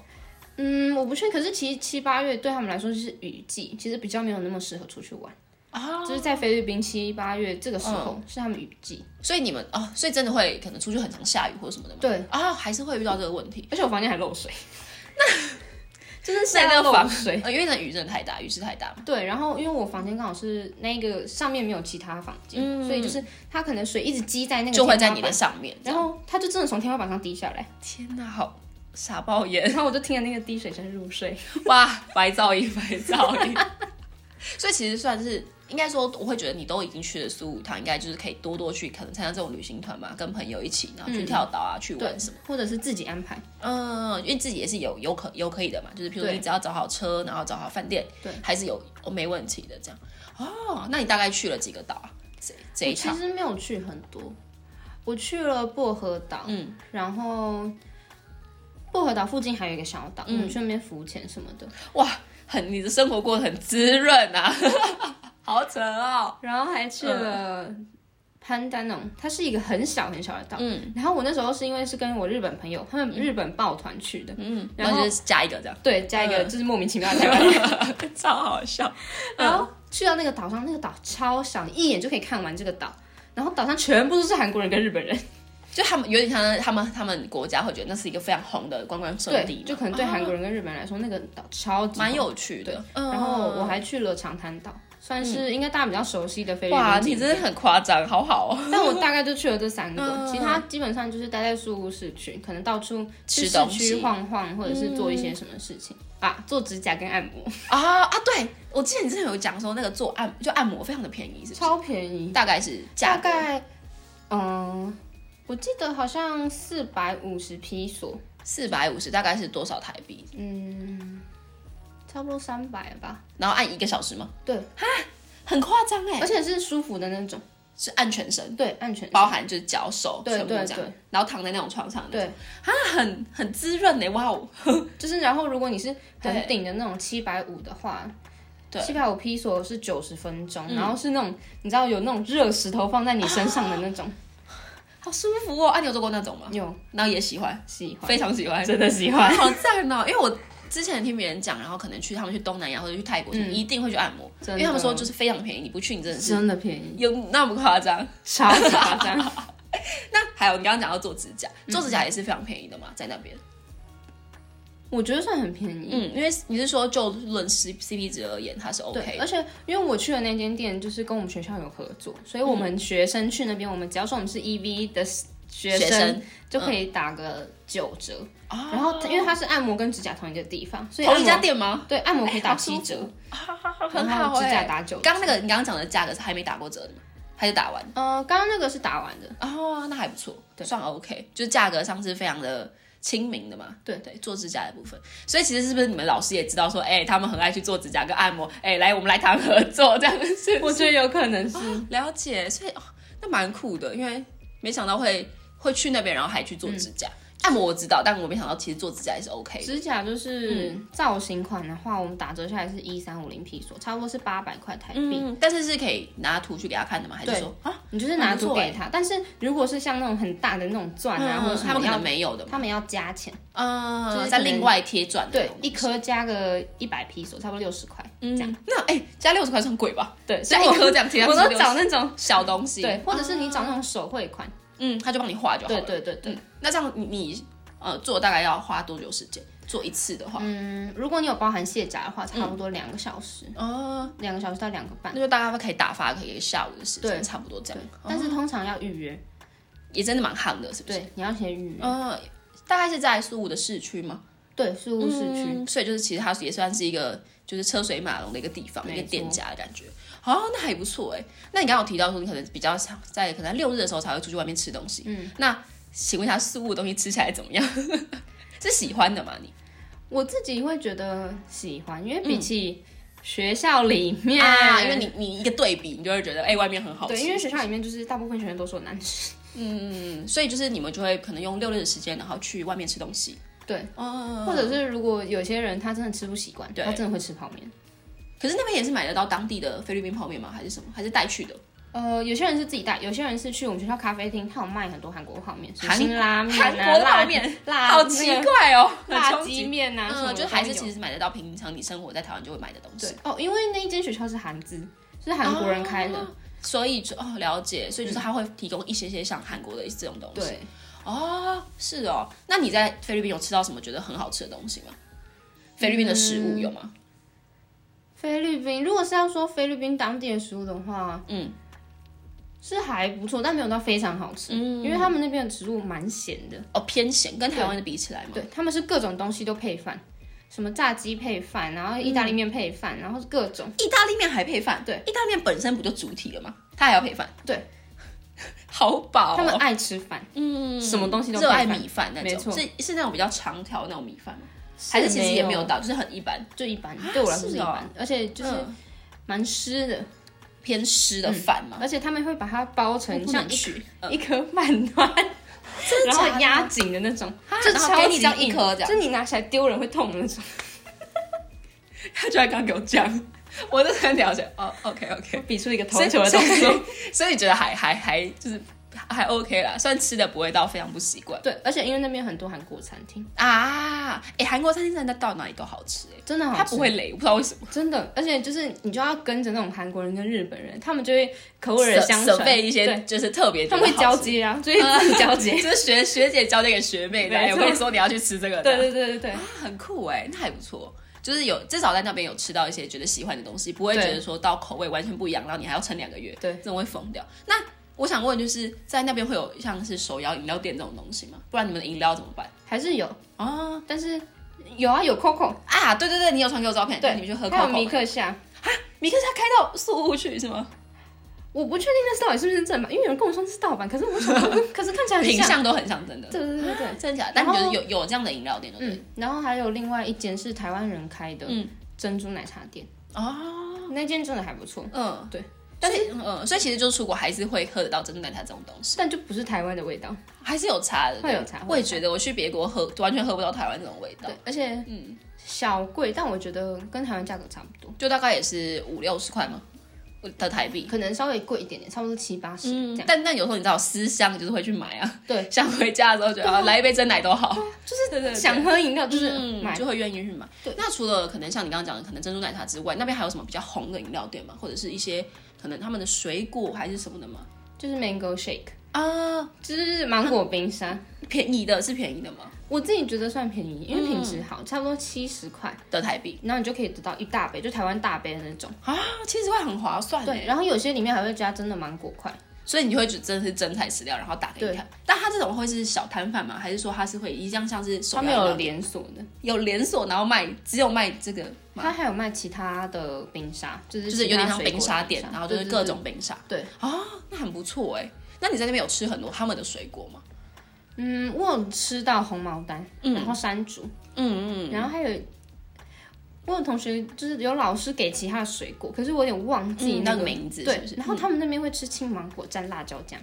嗯，我不确定。可是其实七八月对他们来说就是雨季，其实比较没有那么适合出去玩。啊，就是在菲律宾七八月这个时候是他们雨季，所以你们哦，所以真的会可能出去很常下雨或什么的吗？对啊、还是会遇到这个问题。而且我房间还漏水， 那就是在那下个漏房水。呃，因为那雨真的太大，雨势太大嘛。对，然后因为我房间刚好是那个上面没有其他房间，所以就是它可能水一直积嗯在那个就会在天花你的板，上面。然后它就真的从天花板上滴下来，天哪，好傻爆眼！然后我就听着那个滴水声入 睡。哇，白噪音，白噪音。 所以其实算是应该说，我会觉得你都已经去了苏武趟，应该就是可以多多去，可能参加这种旅行团嘛，跟朋友一起，然后去跳岛啊，去对玩什么。，或者是自己安排，嗯，因为自己也是有有可有可以的嘛，就是譬如说对你只要找好车，然后找好饭店，对，还是有哦没问题的这样。哦，那你大概去了几个岛啊？这这一我其趟？实没有去很多，我去了薄荷岛，嗯，然后薄荷岛附近还有一个小岛，我们去那边浮潜什么的。哇，很你的生活 过得很滋润啊，好扯哦。嗯然后还去了潘丹农，它是一个很小很小的岛。嗯，然后我那时候是因为是跟我日本朋友，他们日本抱团去的。嗯，嗯然然后后就是嗯加一个这 样，对，加一个就是莫名其妙的台 湾人，超好笑。然后去到那个岛上，那个岛超小，你一眼就可以看完这个岛。然后岛上全部都是韩国人跟日本人，就他们有点像他们他们国家会觉得那是一个非常红的观光胜地对，嘛，就可能对韩国人跟日本人来说，那个岛超级蛮红有趣的。嗯然后我还去了长滩岛，算是应该大家比较熟悉的菲律宾哇，景你点真的很夸张，好好 哦。但我大概就去了这三个，其他基本上就是待在宿务市区，可能到处去吃市东区西晃晃，或者是做一些什么事情啊，做指甲跟按摩，啊啊，对，我记得你之前有讲说那个做按就按摩非常的便宜，是不是？超便 宜，大概是价大格概嗯、我记得好像四百五十披索，四百五十，大概是多少台币？嗯，差不多三百吧，然后按一个小时吗？对，很夸张哎而，且是舒服的那种，是按全身，对，按全包含就是脚手对全部这对样对，然后躺在那种床上，对，啊，很很滋润哎，哇哦， 就是然后如果你是很对顶的那种七百五的话。对七百五披索是九十分钟，然后是那种你知道有那种热石头放在你身上的那种，好舒服哦。啊，你有做过那种吗？有然后也喜欢，喜欢，非常喜欢，真的喜 欢。好赞 哦！因为我之前听别人讲，然后可能去他们去东南亚或者去泰国，一定会去按摩，嗯真因的为他们说就是非常便宜，你不去你真的是真的便宜，有那么夸张。超级夸张。那还有你刚刚讲到做指甲，嗯做指甲也是非常便宜的嘛，在那边。 我觉得算很便宜，嗯，因为你是说就论 C C P 值而言，它是对。 OK 的。而且因为我去的那间店就是跟我们学校有合作，所以我们学生去那边，我们只要说我们是 EV 的学学生嗯就可以打个九折。啊然后因为它是按摩跟指甲同一个地方，所以哦同一家按摩店吗？对按摩可以打哎好舒七服折，很然好后指甲哎。打九折。刚刚那个你刚刚讲的价格是还没打过折的吗？还是打完？呃，刚刚那个是打完的，哦，那还不错，算 OK，就是价格上是非常的亲民的嘛。对 对，做指甲的部分，所以其实是不是你们老师也知道说，哎、他们很爱去做指甲跟按摩，哎、来我们来谈合作这样 是不我是？觉得有可能是。嗯了解，所以、哦、那蛮酷的，因为没想到会会去那边，然后还去做指甲。按摩我知道，但我没想到其实做指甲也是 OK 的。指甲就是嗯造型款的话，我们打折下来是一三五零披索，差不多是八百块台币。嗯，但是是可以拿图去给他看的吗？还是对说啊，你就是拿图给他，但是如果是像那种很大的那种钻啊，或者嗯什他么们可要能，没有的嘛，他们要加钱，嗯，就是再可能另外贴钻的那对种，一颗加个一百披索，差不多六十块，这样。嗯，那哎、加六十块算贵吧？对，所以加一颗这样贴，我上都去找那种，小东西，啊对，或者是你找那种手绘款，嗯，他就帮你画就好对了。对对对。嗯，那这样你你呃做大概要花多久时间？做一次的话，嗯，如果你有包含卸甲的话，差不多两个小时，哦、两个小时到两个半。那就大概可以打发可以下午的时对间，差不多这样。但是通常要预约，哦也真的蛮夯的，是不是？对，你要先预约。呃，大概是在苏武的市区嘛，对，宿务市区，嗯所以就是其实它也算是一个就是车水马龙的一个地方，没一错个店家的感觉。哦，那还不错哎。那你刚刚有提到说你可能比较想在可能六日的时候才会出去外面吃东西，嗯，那请问一下苏武的东西吃起来怎么样？ 是喜欢的吗？你我自己会觉得喜欢，因为比起学校里面，嗯啊，因为你你一个对比，你就会觉得哎、外面很好吃，对，因为学校里面就是大部分学生都说难吃。嗯，所以就是你们就会可能用六日的时间，然后去外面吃东西。对，哦，或者是如果有些人他真的吃不习惯，对他真的会吃泡面。可是那边也是买得到当地的菲律宾泡面吗？还是什么？还是带去的？呃，有些人是自己带，有些人是去我们学校咖啡厅，他有卖很多韩国泡面，什么韩辛拉面、啊、韩国泡面，辣、辣好那奇个怪哦，很辣冲鸡击。面啊，什么嗯，就都还是有其实买得到平常你生活在台湾就会买的东对西。哦，因为那一间学校是韩资，是韩国人开的，所以就哦了解，所以就是他会提供一些些像韩国的这种东西。，嗯对。哦，是哦。那你在菲律宾有吃到什么觉得很好吃的东西吗？菲律宾的食嗯物有吗？菲律宾，如果是要说菲律宾当地的食物的话，嗯，是还不错，但没有到非常好吃，嗯因为他们那边的食物蛮咸的，哦，偏咸，跟台湾的比起来嘛。对，他们是各种东西都配饭，什么炸鸡配饭，然后意大利面配饭，然后各种。意大利面还配饭，对，意大利面本身不就主体了吗？它还要配饭，对， 好饱、哦。他们爱吃饭，嗯，什么东西都热爱配饭米饭那没错种，是是那种比较长条那种米饭吗？还是其实也没有到，就是很一般，就一般，对我来说是是一哦般，而且就是嗯蛮湿的，偏湿的饭嘛，而且他们会把它包成不嗯像能一去。一颗饭团，真的然假的后压紧的那种，就然后超给你级这样一硬颗这样就你拿起来丢人会痛的那种。他居然刚给我讲，我真的很了解。哦，OK OK，比出一个投球的动所以作。所以你觉得还还还就是还 OK 啦，虽然吃的不会到非常不习惯对，而且因为那边有很多韩国餐厅，啊。哎、韩国餐厅真的到哪里都好吃、欸，真的好吃，它不会累，我不知道为什么。真的，而且就是你就要跟着那种韩国人跟日本人，他们就会口耳相准传，备一些对，就是特别，他们会交，接啊，就是自己交接。就是学学姐交接给学妹的。没哎错我跟你说，你要去吃这个的，对对对对对啊，很酷哎、那还不错。就是有至少在那边有吃到一些觉得喜欢的东西，不会觉对得说到口味完全不一样，然后你还要撑两个月，对这种会疯掉。那我想问，就是在那边会有像是手摇饮料店这种东西吗？不然你们的饮料怎么办？还是有，哦但是有啊有 Coco，啊，对对对，你有传给我照片，对，你们去喝 Coco 还有吧。米克夏，米克他开到宿务去是吗？我不确定那是到底是不是正版，因为有人跟我说是盗版，可是我想说，可是看起来很品像。相都很像，真的，啊对对对对对，真的假的？但然后就是有有这样的饮料店，对不对？嗯，然后还有另外一间是台湾人开的嗯珍珠奶茶店，哦，那间真的还不错，嗯，对。但是，嗯嗯，所以其实就是出国还是会喝得到珍珠奶茶这种东西，但就不是台湾的味道。还是有差的。对不对会有差我会有也差觉得我去别国喝完全喝不到台湾这种味道对，，而且嗯，小贵，但我觉得跟台湾价格差不多，就大概也是五六十块嘛的台币。可能稍微贵一点点，差不多七八十这样。但但有时候你知道思乡就是会去买啊，嗯对， 啊想回家的时候觉得啊来一杯真奶都好，就是对对对想喝饮料就是嗯，买就会愿意去买。那除了可能像你刚刚讲的，可能珍珠奶茶之外，那边还有什么比较红的饮料店吗？或者是一些可能他们的水果还是什么的吗？就是 mango shake，啊，就是芒果冰沙。便宜的是便宜的吗？我自己觉得算便宜，因为品质嗯好，差不多七十块，的台币然后你就可以得到一大杯，就台湾大杯的那种。啊，其实会很划算对，的。然后有些里面还会加真的芒果块，所以你就会只真的是真材实料，然后打给你看。但它这种会是小摊贩吗？还是说它是会一样像是手它摇饮嗯没料有店连锁的，有连锁，然后卖只有卖这个吗？它还有卖其他的冰沙，就是就就是有点像冰沙店，然后就是各。对对对种冰沙。对啊，那很不错哎。那你在那边有吃很多他们的水果吗？嗯，我有吃到红毛丹，然后山竹，嗯嗯，然后还有。我有同学就是有老师给其他的水果，可是我有点忘记嗯那那个个名字对，是不是嗯然后他们那边会吃青芒果蘸辣椒酱，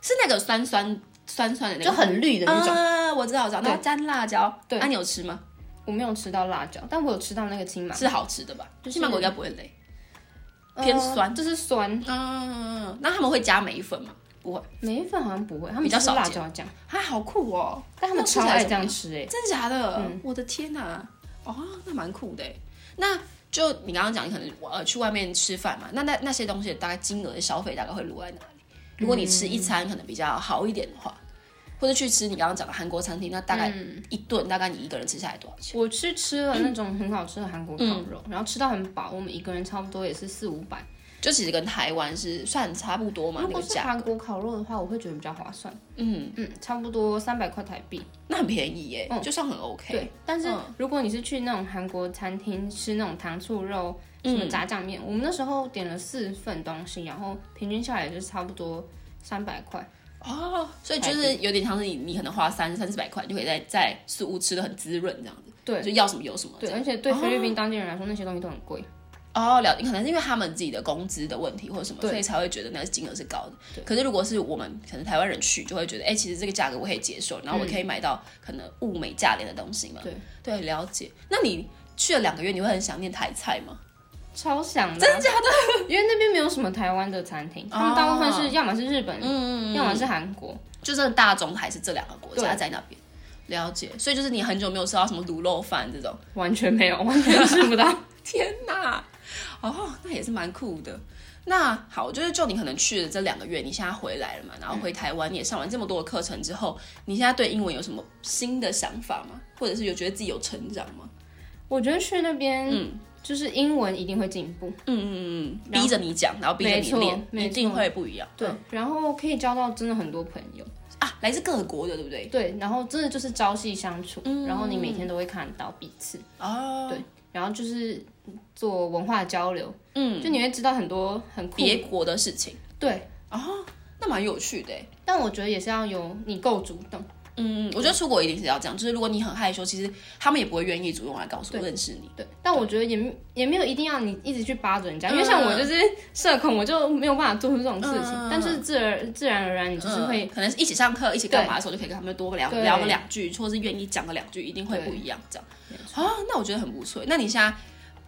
是那个酸酸酸酸的那就个，很绿的那种。啊，我知道，我知道，对然后沾辣椒。啊对那、你有吃吗？我没有吃到辣椒，但我有吃到那个青芒，是嗯好吃的吧？就是青芒果应该不会累。偏酸呃就是酸。嗯，那他们会加梅粉吗？不会，梅粉好像不会，他们比较吃少辣见椒酱，啊，好酷哦！但他那们吃起超来爱怎这么样吃哎。真假的？我的天哪、哦，那蛮酷的欸。那就你刚刚讲，你可能呃去外面吃饭嘛，那那那些东西大概金额的消费大概会落在哪里？如果你吃一餐可能比较好一点的话，或者去吃你刚刚讲的韩国餐厅，那大概一顿、大概你一个人吃下来多少钱？我去吃了那种很好吃的韩国烤肉，然后吃到很饱，我们一个人差不多也是四五百。就其实跟台湾是算差不多嘛，如那果个是价，韩国烤肉的话，我会觉得比较划算。嗯嗯，差不多三百块台币。那很便宜耶，就算很 OK。对，但是如果你是去那种韩国餐厅吃那种糖醋肉、什么炸酱面，我们那时候点了四份东西，然后平均下来就是差不多三百块。哦，所以就是有点像是你，你可能花三三四百块，就可以在在宿屋吃的很滋润这样子，对就要什么有什么这对，样。而且对菲律宾当地人来说，那些东西都很贵。哦，了，可能是因为他们自己的工资的问题或者什么，对所以才会觉得那个金额是高的。可是如果是我们可能台湾人去，就会觉得，哎、其实这个价格我可以接受，然后我可以买到可能物美价廉的东西嘛。嗯对，对了解。那你去了两个月，你会很想念台菜吗？超想的、真假的？ 哦因为那边没有什么台湾的餐厅，他们大部分是要么是日本，要么是韩国。就真的大中还是这两个国家对在那边。了解，所以就是你很久没有吃到什么卤肉饭这种。完全没有，完全吃不 到。天哪，哦，那也是蛮酷的。那好，就是就你可能去了这两个月，你现在回来了嘛，然后回台湾，你也上完这么多的课程之后，你现在对英文有什么新的想法吗？或者是有觉得自己有成长吗？我觉得去那边，就是英文一定会进步，嗯嗯嗯，逼着你讲，然后逼着没你错练，没一定错会不一样。对，然后可以交到真的很多朋友，啊，来自各国的，对不对？对，然后真的就是朝夕相处，然后你每天都会看到彼此，哦，对，然后就是做文化交流，嗯，就你会知道很多很酷，别国的事情，对，那蛮有趣的欸。但我觉得也是要有你够主动，嗯，我觉得出国一定是要这样，就是如果你很害羞，其实他们也不会愿意主动来告诉认识你。对，但我觉得也没也没有一定要你一直去扒着人家，因为嗯像我就是社恐，我就没有办法做出这种事情，嗯但是自然自然而然你就是会嗯可能是一起上课、一起干嘛的时候，就可以跟他们多聊对聊个两句，或是愿意讲个两句，一定会不一样这样。啊，那我觉得很不错。那你现在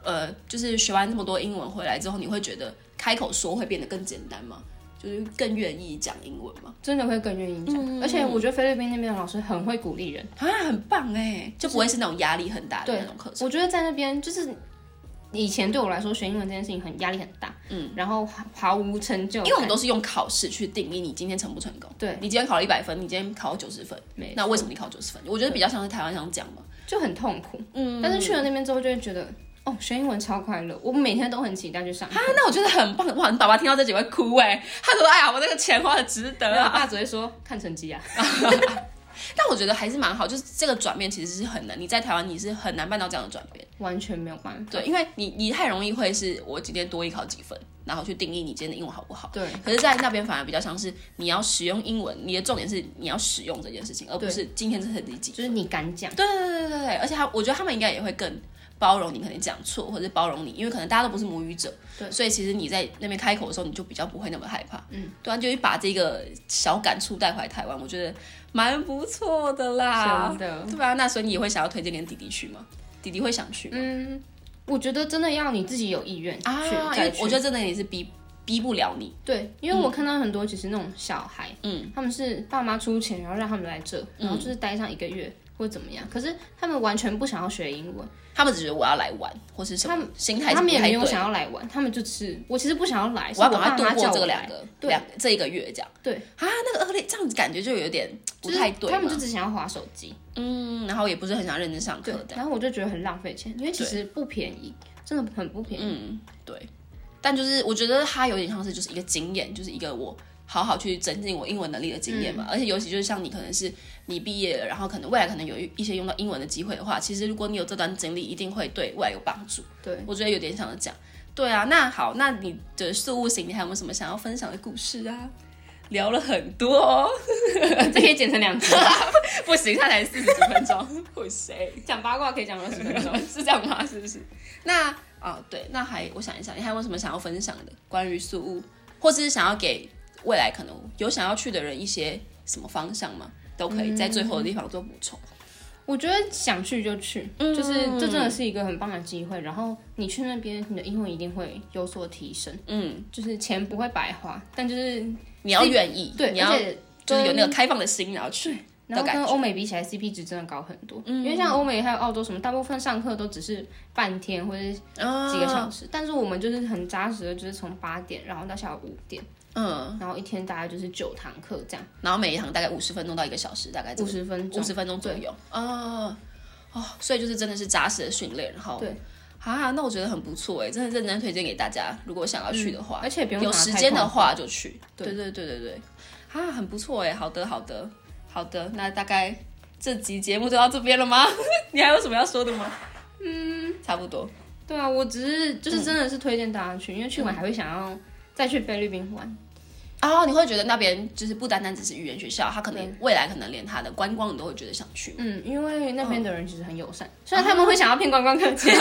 呃，就是学完这么多英文回来之后，你会觉得开口说会变得更简单吗？就是更愿意讲英文吗？真的会更愿意讲。嗯而且我觉得菲律宾那边的老师很会鼓励人。啊，很棒哎，就不会是那种压力很大的对那种课程。我觉得在那边就是以前对我来说学英文这件事情很压力很大，嗯，然后毫毫无成就感，因为我们都是用考试去定义你今天成不成功。对你今天考了一百分，你今天考了九十分，没那为什么你考九十分？我觉得比较像是台湾想讲嘛，就很痛苦。嗯，但是去了那边之后就会觉得，哦，学英文超快乐，我每天都很期待去上课。啊，那我觉得很棒哇！你爸爸听到这几会哭哎，他说：“哎呀，我那个钱花的值得没有我啊。爸只会说看成绩啊，”但我觉得还是蛮好，就是这个转变其实是很难。你在台湾你是很难办到这样的转变，完全没有办法。对，因为你你太容易会是我今天多一考几分，然后去定义你今天的英文好不好。对可是，在那边反而比较像是你要使用英文，你的重点是你要使用这件事情，而不是今天这是你几就是你敢讲，对对对对对，而且他，我觉得他们应该也会更包容你，可能讲错或者包容你，因为可能大家都不是母语者，对所以其实你在那边开口的时候，你就比较不会那么害怕，嗯，对啊，就是把这个小感触带回来台湾，我觉得蛮不错的啦，真的对啊，那所以你也会想要推荐给弟弟去吗？弟弟会想去吗？嗯，我觉得真的要你自己有意愿去，啊，因再为去我觉得真的也是逼逼不了你，对，因嗯为我看到很多其实那种小孩，嗯，他们是爸妈出钱，然后让他们来这，嗯然后就是待上一个月或怎么样，可是他们完全不想要学英文，他们只觉得我要来玩或是什么，他们心态是他们不也太没有对想要来玩，他们就是我其实不想要来，是我要我赶快爸度妈过叫这个我两来，个对两这一个月这样。对啊，那个恶劣这样子感觉就有点不就是太对他们嘛就。只想要划手机，嗯，然后也不是很想认真上课对的，，然后我就觉得很浪费钱，因为其实不便宜，真的很不便宜，嗯但就是我觉得它有点像是就是一个经验，就是一个我好好去增进我英文能力的经验嘛。而且尤其就是像你可能是你毕业了，然后可能未来可能有一些用到英文的机会的话，其实如果你有这段经历，一定会对未来有帮助。对，我觉得有点想讲，对啊，那好，那你的宿务型，你还有没有什么想要分享的故事啊？聊了很多、 哦，这可以剪成两集，不行，它才四十几分钟，会谁？讲八卦可以讲二十分钟。 是这样吗？是不是？那哦，对，那还我想一想，你还有什么想要分享的关于宿务，或者是想要给未来可能有想要去的人一些什么方向吗？都可以在最后的地方做补充。我觉得想去就去，嗯就是这真的是一个很棒的机会。然后你去那边，你的英文一定会有所提升，嗯，就是钱不会白花，但就是你要愿意，对，你要而且就是有那个跟开放的心，然后去。然后感跟觉嗯欧美比起来，CP 值真的高很多。因为像欧美还有澳洲什么，大部分上课都只是半天或者是啊几个小时，但是我们就是很扎实的，就是从八点然后到下午五点，嗯，然后一天大概就是九堂课这样，然后每一堂大概五十分钟到一个小时，大概五十分钟五。十分钟左右。啊哦，所以就是真的是扎实的训练，然后对。啊，那我觉得很不错哎，真的认真推荐给大家，如果想要去的话，而且不用有拿时太间的痛苦话就去。对对对对对对，啊，很不错哎，好的好的好的，那大概这集节目就到这边了吗？ 你还有什么要说的吗？嗯，差不多。对啊，我只是嗯就是真的是推荐大家去，因为去完还会想要再去菲律宾玩。啊、你会觉得那边就是不单单只是语言学校，他可能未来可能连他的观光你都会觉得想去，嗯，因为那边的人其实很友哦善，虽然他们会想要骗观光客 钱，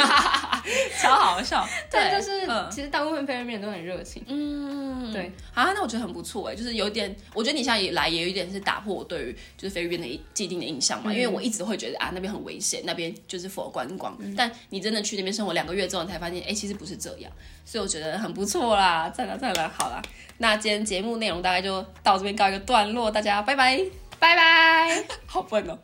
超好 笑。但就是嗯其实大部分菲律宾人都很热情。嗯，对啊，那我觉得很不错哎，就是有点，我觉得你现在也来也有一点是打破我对于就是菲律宾的一既定的印象嘛，因为我一直会觉得啊那边很危险，那边就是否观光，但你真的去那边生活两个月之后，你才发现哎、其实不是这样，所以我觉得很不错啦，赞啦赞啦，好啦，那今天节目内容大概就到这边告一个段落，大家拜拜，拜拜。好笨哦、